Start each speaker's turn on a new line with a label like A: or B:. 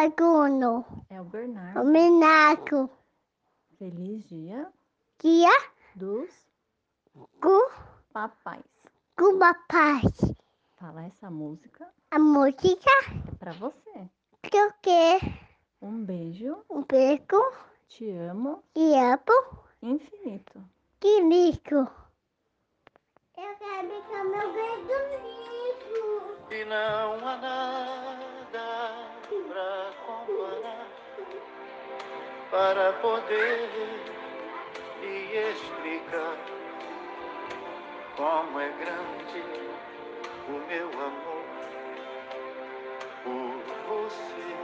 A: Babaguno.
B: É o
A: O
B: Bernardo.
A: minaco.
B: Feliz dia
A: Que é
B: dos
A: com,
B: papais.
A: com o papai.
B: Fala essa música
A: A música
B: é pra você.
A: que eu quero.
B: Um beijo,
A: Um beco.
B: te amo,
A: E amo.
B: infinito.
A: Que mico. Eu quero brincar meu dedo mico.
C: E não há nada pra comparar para poder lhe explicar como é grande o meu amor por você.